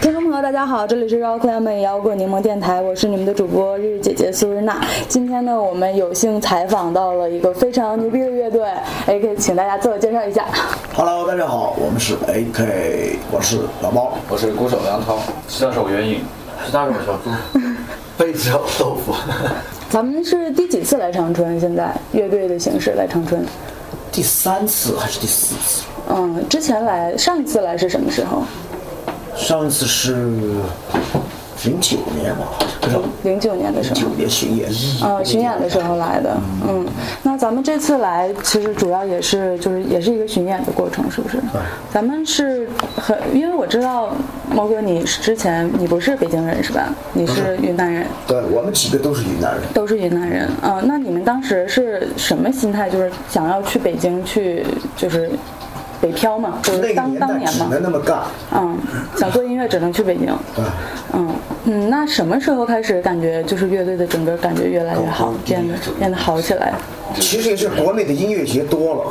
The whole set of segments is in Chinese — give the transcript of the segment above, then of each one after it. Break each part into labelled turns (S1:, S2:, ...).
S1: 听众朋友，大家好，这里是 Rock Lemon 摇滚柠檬电台，我是你们的主播日日姐姐苏日娜。今天呢，我们有幸采访到了一个非常牛逼的乐队，AK，请大家自我介绍一下。
S2: Hello，大家好，我们是 AK，我是老包，
S3: 我是鼓手杨涛，吉他手袁颖，吉他手小苏，贝斯手豆腐。
S1: 咱们是第几次来长春？现在乐队的形式来长春？
S2: 第三次还是第四次？
S1: 嗯，之前来上一次来是什么时候？
S2: 上一次是零九年吧，好像
S1: 零九年的时
S2: 零
S1: 候
S2: 九。年巡演，
S1: 呃，巡演的时候来的，嗯，那咱们这次来，其实主要也是就是也是一个巡演的过程，是不是？咱们是很，因为我知道猫哥你是之前你不是北京人是吧？你是云南人，
S2: 对我们几个都是云南人，
S1: 都是云南人，嗯、那你们当时是什么心态？就是想要去北京去，就是北漂嘛，就
S2: 那
S1: 是
S2: 个
S1: 当
S2: 年
S1: 当
S2: 代
S1: 年
S2: 只
S1: 嘛，
S2: 能那么干，
S1: 嗯，想做音乐只能去北京，
S2: 对，
S1: 嗯嗯，那什么时候开始感觉就是乐队的整个感觉越来越好，变得变得好起来？
S2: 其实也是国内的音乐节多了，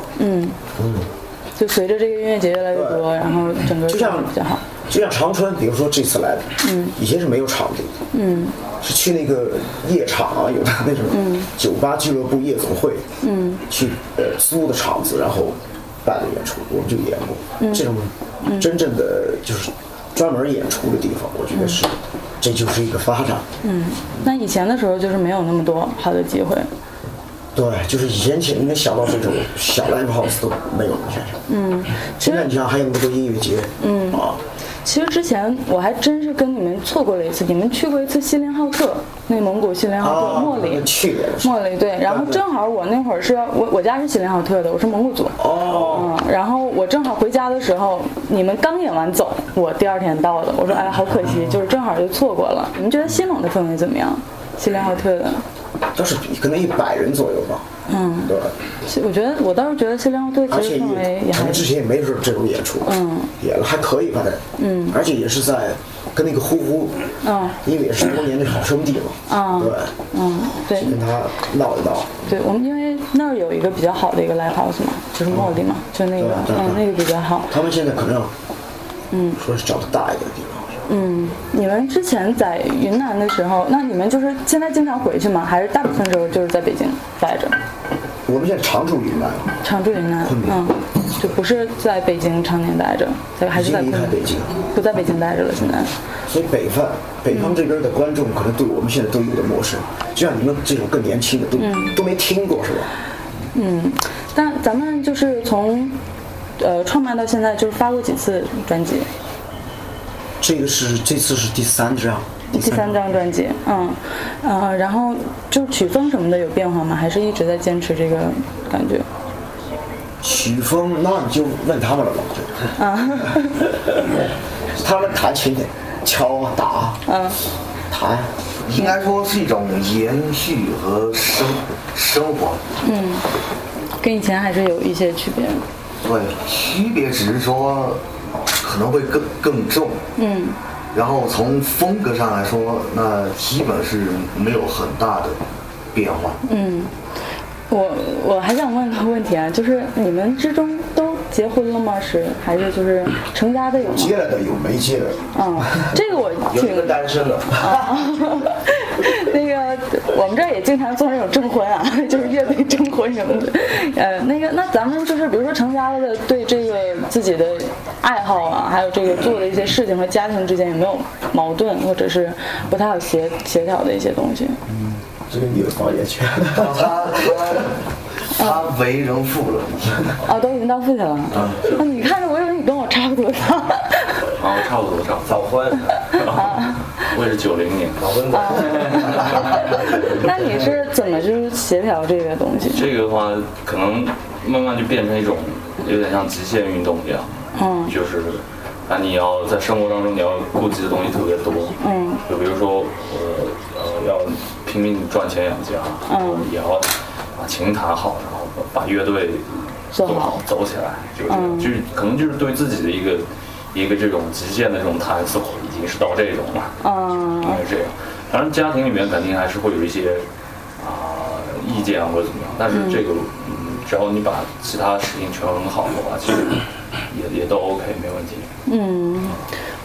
S1: 就随着这个音乐节越来越多，然后整个
S2: 就像
S1: 比较好。
S2: 就像长春，比如说这次来的，嗯，以前是没有场地的，嗯，是去那个夜场啊，有的那种酒吧俱乐部夜总会，嗯，去呃租的场子，然后办的演出，我们就演过、这种真正的就是专门演出的地方，我觉得是、这就是一个发展，
S1: 嗯那以前的时候就是没有那么多好的机会，
S2: 对，就是以前前你能想到这种小 live house 都没有，现在，嗯，现在你像还有那么多音乐节，嗯啊，
S1: 其实之前我还真是跟你们错过了一次，你们去过一次锡林浩特，内蒙古锡林浩特，
S2: 啊，
S1: 莫里，
S2: 去年是
S1: 莫里对，然后
S2: 对对
S1: 正好我那会儿是要我我家是锡林浩特的，我是蒙古族，
S2: 哦。
S1: 嗯，然后我正好回家的时候，你们刚演完走，我第二天到的，我说哎好可惜，就是正好就错过了。你们觉得西蒙的氛围怎么样？锡林浩特的，
S2: 都是可能一百人左右吧。嗯，对，
S1: 其实我觉得我倒是觉得锡林浩特
S2: 而
S1: 其
S2: 且
S1: 实氛围
S2: 也
S1: 也
S2: 我
S1: 还
S2: 们之前也没有这种演出，嗯，演了还可以吧，反正，嗯，而且也是在跟那个呼呼，
S1: 嗯，
S2: 因为也是多年的好兄弟嘛，
S1: 嗯
S2: 对，
S1: 嗯，对
S2: 跟他闹一闹，
S1: 对，我们因为那儿有一个比较好的一个 live house 嘛，就是茉莉嘛，就那个
S2: 对，对
S1: 嗯，
S2: 对
S1: 那个比较好。
S2: 他们现在可能，嗯，说是找个大一点的地方，
S1: 嗯，你们之前在云南的时候，那你们就是现在经常回去吗？还是大部分时候就是在北京待着，
S2: 我们现在常住云南，
S1: 常住云南？
S2: 昆明
S1: 嗯，就不是在北京常年待着，在还
S2: 已
S1: 是在
S2: 经离
S1: 昆
S2: 开北
S1: 明，
S2: 京，
S1: 不在北京待着了。现在，
S2: 所以北方北
S1: 嗯
S2: 方这边的观众可能对我们现在都有点陌生，就像你们这种更年轻的都
S1: 嗯
S2: 都没听过是吧？
S1: 但咱们就是从呃创办到现在，就是发过几次专辑？
S2: 这个是这次是第三啊张，
S1: 第三张专辑，嗯，呃，然后就曲风什么的有变化吗？还是一直在坚持这个感觉？
S2: 曲风，那你就问他们了吧。啊，他们弹琴的，敲啊打啊，
S1: 嗯，
S2: 弹，
S3: 啊应该说是一种延续和生生活，
S1: 跟以前还是有一些区别。
S3: 对，区别只是说可能会更更重，嗯，然后从风格上来说，那基本是没有很大的变化，
S1: 我我还想问个问题啊，就是你们之中都结婚了吗？是还是就是成家的有吗？
S2: 接了的有没接的，
S1: 嗯，这个我
S3: 有
S1: 挺
S3: 一个单身的，
S1: 那个，我们这儿也经常做那种征婚啊，就是乐队征婚什么的。呃，那个，那咱们就是比如说成家了的，对这个自己的爱好啊，还有这个做的一些事情和家庭之间有没有矛盾，或者是不太好协协调的一些东西？
S2: 这个你的发言权。
S3: 他他他为人父了，
S1: 哦，都已经到父亲了。那你看着我，以为你跟我差不多大。
S4: 啊，差不多差不多。早婚，我也是九零年。
S3: 老温暖。
S1: 那你是怎么就是协调这个东西？
S4: 这个的话，可能慢慢就变成一种有点像极限运动一样，
S1: 嗯
S4: 就是啊，你要在生活当中你要顾及的东西特别多，
S1: 嗯，
S4: 就比如说我呃要拼命赚钱养家，
S1: 嗯
S4: 然后也要把琴弹好，然后把乐队
S1: 做好
S4: 走起来，就是这样
S1: 嗯
S4: 就是可能就是对自己的一个一个这种极限的这种探索，已经是到这种了。应
S1: 嗯
S4: 该是哎这样。当然，家庭里面肯定还是会有一些啊、意见啊或者怎么样，但是这个嗯，只要你把其他事情权衡好的话，其实也也都 OK，没问题。
S1: 嗯，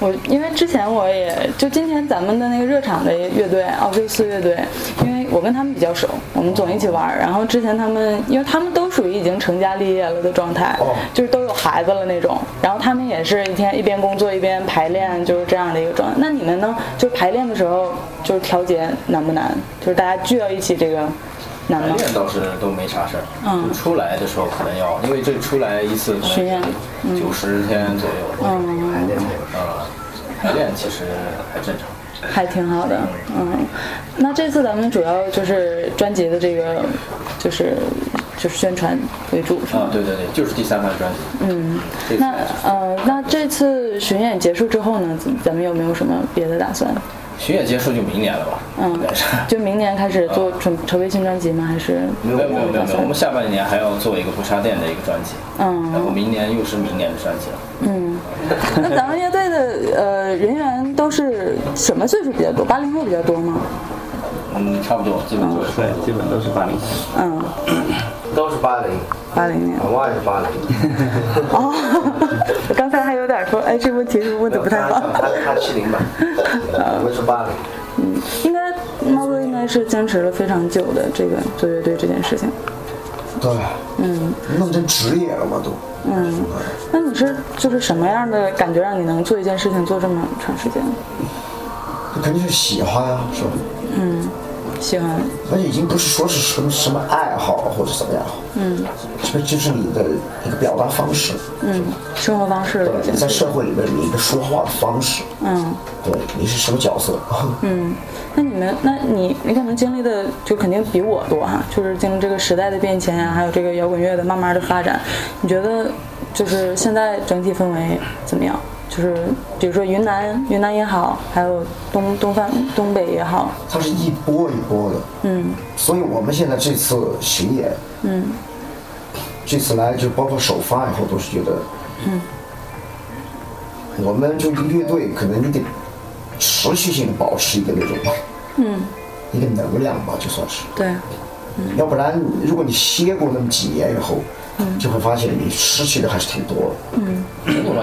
S1: 我因为之前我也就今天咱们的那个热场的乐队奥菲斯乐队，因为我跟他们比较熟，我们总一起玩儿。然后之前他们，因为他们都属于已经成家立业了的状态，
S2: 哦
S1: 就是都有孩子了那种。然后他们也是一天一边工作一边排练，就是这样的一个状态。那你们呢？就是排练的时候，就是调节难不难？就是大家聚到一起这个难
S5: 排
S1: 吗？
S5: 练倒是都没啥事儿，
S1: 嗯
S5: 就出来的时候可能要，因为这出来一次
S1: 巡演
S5: 九十天左右，
S1: 嗯
S5: 排练啊，排练其实还正常。
S1: 还挺好的，嗯，那这次咱们主要就是专辑的这个，就是就是宣传为主，是
S5: 啊
S1: 吗？，
S5: 对对对，就是第三盘专辑。嗯，这
S1: 嗯
S5: 次
S1: 那呃，那这次巡演结束之后呢，咱咱们有没有什么别的打算？
S5: 巡演结束就明年了吧？
S1: 嗯
S5: 应该是。，
S1: 就明年开始做准筹备新专辑吗？还是
S5: 没有没有没有没有，我们下半年还要做一个不插电的一个专辑，
S1: 嗯
S5: 然后明年又是明年的专辑了。
S1: 嗯？ 那咱们乐队的呃人员都是什么岁数比较多？八零后比较多吗？
S5: 嗯，差不多，基本就是
S6: 对，基本都是八零后。
S1: 嗯，
S3: 都是八零，
S1: 八零年。
S3: 我也是八零。
S1: 哦， 我刚才还有点说，哎，这问题是不是问的不太好。嗯
S3: 他他七零吧，我们是八零。
S1: 应该猫哥应该是坚持了非常久的这个做乐队这件事情。
S2: 对，嗯，弄成职业了嘛都，嗯，
S1: 那你是就是什么样的感觉让你能做一件事情做这么长时间？
S2: 肯定是喜欢啊，是吧？
S1: 喜欢，
S2: 而且已经不是说是什么什么爱好或者怎么样，嗯，这就是你的一个表达方式，
S1: 嗯，生活方式了已
S2: 对，
S1: 经
S2: 你在社会里面你的说话的方式，
S1: 嗯，
S2: 对，你是什么角色， 嗯，
S1: 那你们，那你你可能经历的就肯定比我多哈，就是经历这个时代的变迁呀、还有这个摇滚乐的慢慢的发展，你觉得就是现在整体氛围怎么样？就是比如说云南，云南也好，还有东东方东北也好，
S2: 它是一波一波的，
S1: 嗯
S2: 所以我们现在这次巡演，
S1: 嗯，
S2: 这次来就包括首发以后，都是觉得，嗯，我们就一个乐队，可能你得持续性的保持一个那种，
S1: 嗯，
S2: 一个能量吧，就算是，
S1: 对，
S2: 要不然如果你歇过那么几年以后，
S1: 嗯
S2: 就会发现你失去的还是挺多的。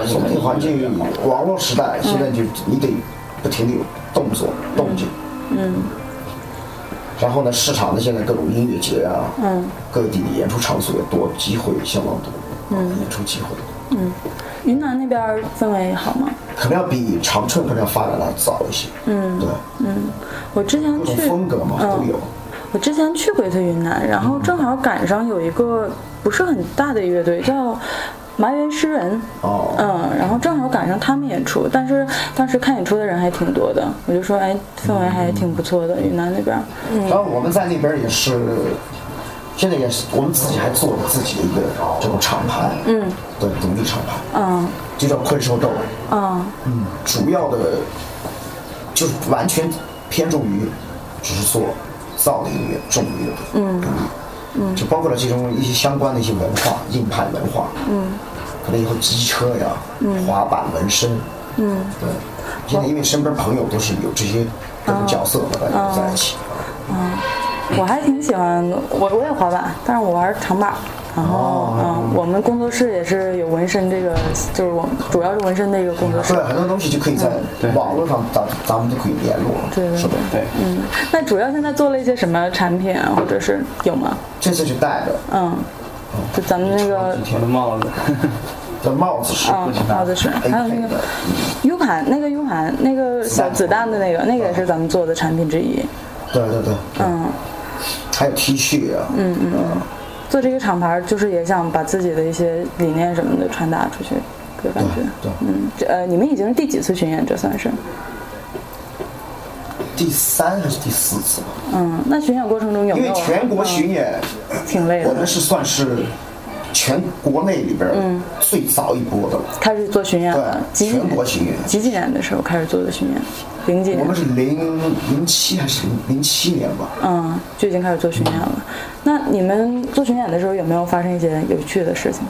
S2: 总体环境，网络时
S1: 嗯
S2: 代，现在就你得不停的有动作、动静。
S1: 嗯
S2: 然后呢，市场呢现在各种音乐节啊，
S1: 嗯，
S2: 各地的演出场所也多，机会相当多，嗯，演出机会
S1: 云南那边儿氛围好吗？
S2: 可能要比长春可能要发展的早一些，嗯，对，
S1: 我之前
S2: 各种
S1: 去
S2: 风格嘛都有
S1: 嗯，，我之前去过一次云南，然后正好赶上有一个不是很大的乐队叫麻园诗人。
S2: 哦
S1: 嗯，然后正好赶上他们演出，但是当时看演出的人还挺多的，我就说，哎，氛围还挺不错的，云南那边儿。
S2: 然后我们在那边也是，现在也是我们自己还做了自己的一个这种厂牌，嗯，对，独立厂牌，
S1: 嗯
S2: 就叫困兽斗，
S1: 嗯
S2: 嗯，主要的就是完全偏重于只是做造的音乐、重音乐，嗯嗯，就包括了其中一些相关的一些文化、硬派文化，嗯，可能以后机车呀、滑板、纹身，嗯，对。现在因为身边朋友都是有这些各种角色的，大家都在一起，
S1: 我还挺喜欢，我我也滑板，但是我玩长板。然后，嗯，我们工作室也是有纹身这个，就是我主要是纹身的一个工作室
S2: 对。很多东西就可以在网络上，咱咱们就可以联络，
S1: 嗯对对
S2: 是吧？
S6: 对，
S1: 嗯，那主要现在做了一些什么产品啊，或者是有吗？
S2: 这次就戴的，
S1: 嗯，就咱们那个
S6: 我的帽子，
S2: 这帽子是哎
S1: 啊，帽子是，还有那
S2: A
S1: 个
S2: 嗯的，
S1: U 盘，那个 U 盘，那个小子弹的那个，
S2: 嗯
S1: 那个也是咱们做的产品之一。
S2: 对对对，
S1: 嗯，
S2: 还有 T 恤啊，嗯嗯
S1: 做这个厂牌就是也想把自己的一些理念什么的传达出去，的感觉。
S2: 对对
S1: 嗯，这呃，你们已经是第几次巡演？这算是？
S2: 第三还是第四次吧？
S1: 嗯，那巡演过程中有
S2: 因
S1: 没有嗯
S2: 为全国巡演，
S1: 挺累
S2: 我
S1: 的
S2: 们？是算是全国内里边
S1: 嗯
S2: 儿最早一波的了。
S1: 开始做巡演了，
S2: 对，
S1: 几几
S2: 全国巡演，
S1: 几几年的时候开始做的巡演？零几
S2: 我
S1: 年
S2: 们？是零零七还是零零七年吧？
S1: 嗯，就已经开始做巡演了。那你们做巡演的时候有没有发生一些有趣的事情、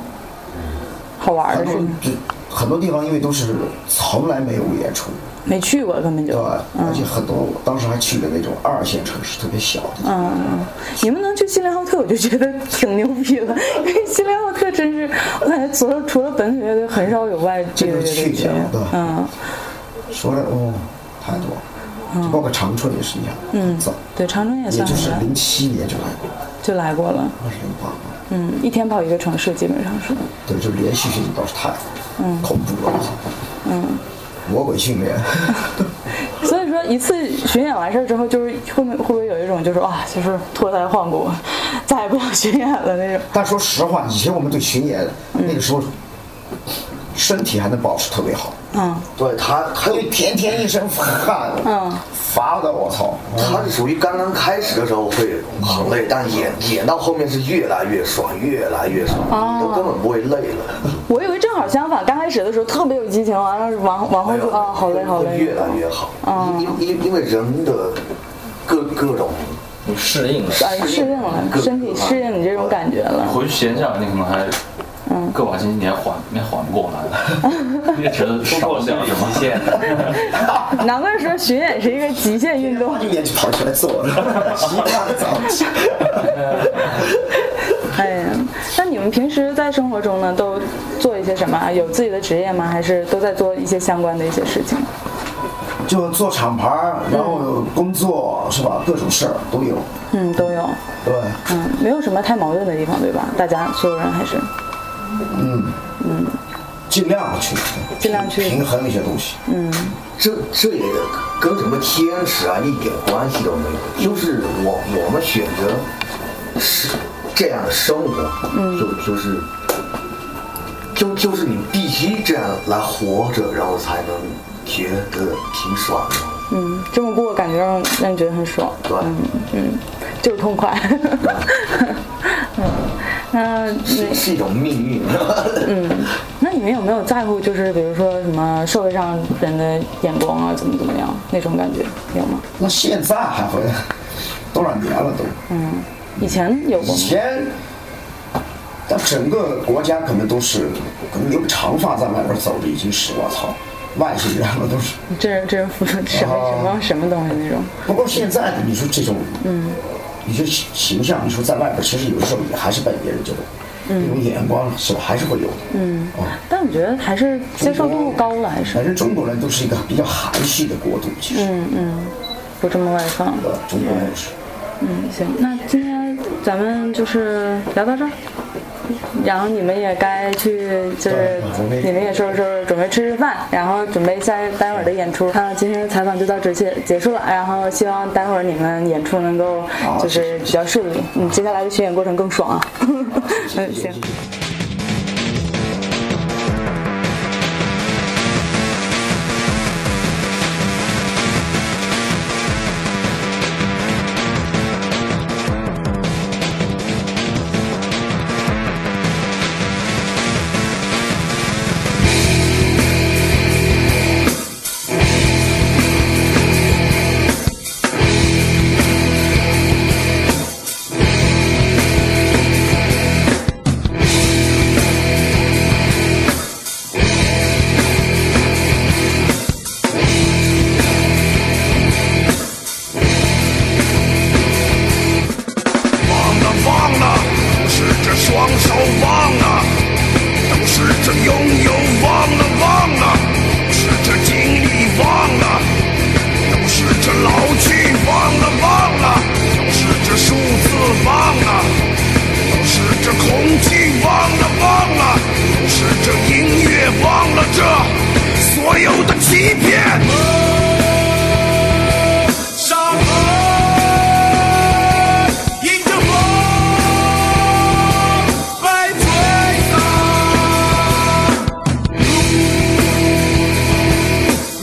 S1: 好玩
S2: 很
S1: 的事
S2: 多
S1: 情？
S2: 就很多地方因为都是从来没有演出，
S1: 没去过根本就
S2: 对。吧？
S1: 嗯
S2: 而且很多我当时还去的那种二线城市，特别小的地
S1: 嗯
S2: 方。
S1: 你们能去锡林浩特，我就觉得挺牛逼 了，因为锡林浩特真是，我感觉所有除了本土乐队，很少有外地
S2: 这
S1: 乐
S2: 就是
S1: 队
S2: 去
S1: 去
S2: 年了对。
S1: 嗯，
S2: 说的哦，太多了，就包括长春也是一样，嗯早，
S1: 对，长春也
S2: 也
S1: 嗯算
S2: 就是
S1: 是吧
S2: 零七年就来过，
S1: 就来过了。
S2: 二是零八吧，
S1: 嗯，一天跑一个城市，基本上是。
S2: 对，就连续性倒是太恐怖了，嗯，魔鬼 训练，
S1: 所以说一次巡演完事儿之后，就是会不会会不会有一种就是哇，就是脱胎换骨，再也不想巡演了那种。
S2: 但说实话，以前我们对巡演
S1: 嗯
S2: 那个时候，身体还能保持特别好，
S1: 嗯
S3: 对他，他
S2: 他就天天一身汗，
S1: 嗯，
S2: 乏的我操，
S3: 他是属于刚刚开始的时候会很
S1: 哦
S3: 累，但演演到后面是越来越爽，越来越爽，
S1: 哦
S3: 都根本不会累了。
S1: 我以为正好相反，刚开始的时候特别有激情，完了往往后
S3: 没
S2: 哎
S1: 就
S3: 有
S1: 啊好累好
S3: 会
S1: 累哦
S3: 越。来越好。因因因为人的各各种
S5: 你适应了。
S1: 哎，适应了，身体适应你这种感觉了。
S4: 回去闲下来，你可能还，个把星期你还缓，你还缓不过来，你也觉得少不了什么极限。
S1: 难怪说巡演是一个极限运动。
S2: 六点就跑起来坐着， 洗大澡起。
S1: 哎呀，那你们平时在生活中呢，都做一些什么啊？有自己的职业吗？还是都在做一些相关的一些事情？
S2: 就做厂牌儿，然后工作是吧？各种事儿都有，
S1: 嗯，都有。
S2: 对，
S1: 嗯，没有什么太矛盾的地方，对吧？大家所有人还是
S2: 尽量去，
S1: 尽量去
S2: 平衡一些东西。
S3: 这这也跟什么天使啊一点关系都没有，就是我我们选择是这样的生活，就就是就就是你必须这样来活着，然后才能觉得挺爽的。
S1: 嗯，这么过感觉让让人觉得很爽，嗯
S3: 对吧，
S1: 就是痛快。 嗯，那
S3: 是是一种命运。
S1: 那你们有没有在乎，就是比如说什么社会上人的眼光啊，怎么怎么样那种感觉有吗？
S2: 那现在还会，多少年了都？
S1: 以前有过
S2: 以
S1: 吗？
S2: 前，但整个国家可能都是，可能留长发在外边走着，已经是我操，外星人了都是。
S1: 这人这人付出什么什么什么东西那种？
S2: 不过现在你说这种，嗯，有些形象，你说在外边，其实有时候也还是被别人觉得。那种眼光是吧，还是会有的。嗯，哦，
S1: 但我觉得还是接受度高了，还是
S2: 反正中国人都是一个比较含蓄的国度，其实。
S1: 不这么外放。
S2: 对中国人是。
S1: 嗯，行，那今天咱们就是聊到这儿，然后你们也该去，就是
S2: 对准备
S1: 你们也收拾收拾，准备吃吃饭，然后准备下一待会儿的演出。那今天的采访就到这结结束了，然后希望待会儿你们演出能够就是比较顺利，嗯，接下来的巡演过程更爽啊。嗯， 行。
S7: 放啊放啊，赤着双手放啊，都是这拥有忘了忘啊，是这经历忘啊，都是这老去忘了忘啊，都是这数字忘啊，都是这空气忘了忘啊，都是这音乐忘了这所有的欺骗。上岸，迎着风，被吹散。路，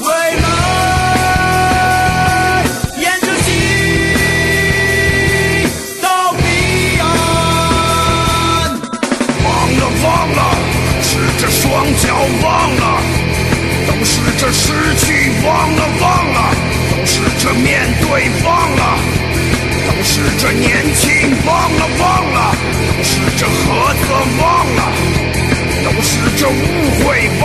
S7: 未来，沿着心到彼岸。忘了忘了，赤着双脚忘了，都是这失去忘了忘了，都是这面对忘了，都是这年轻忘了忘了，都是这盒子忘了，都是这误会忘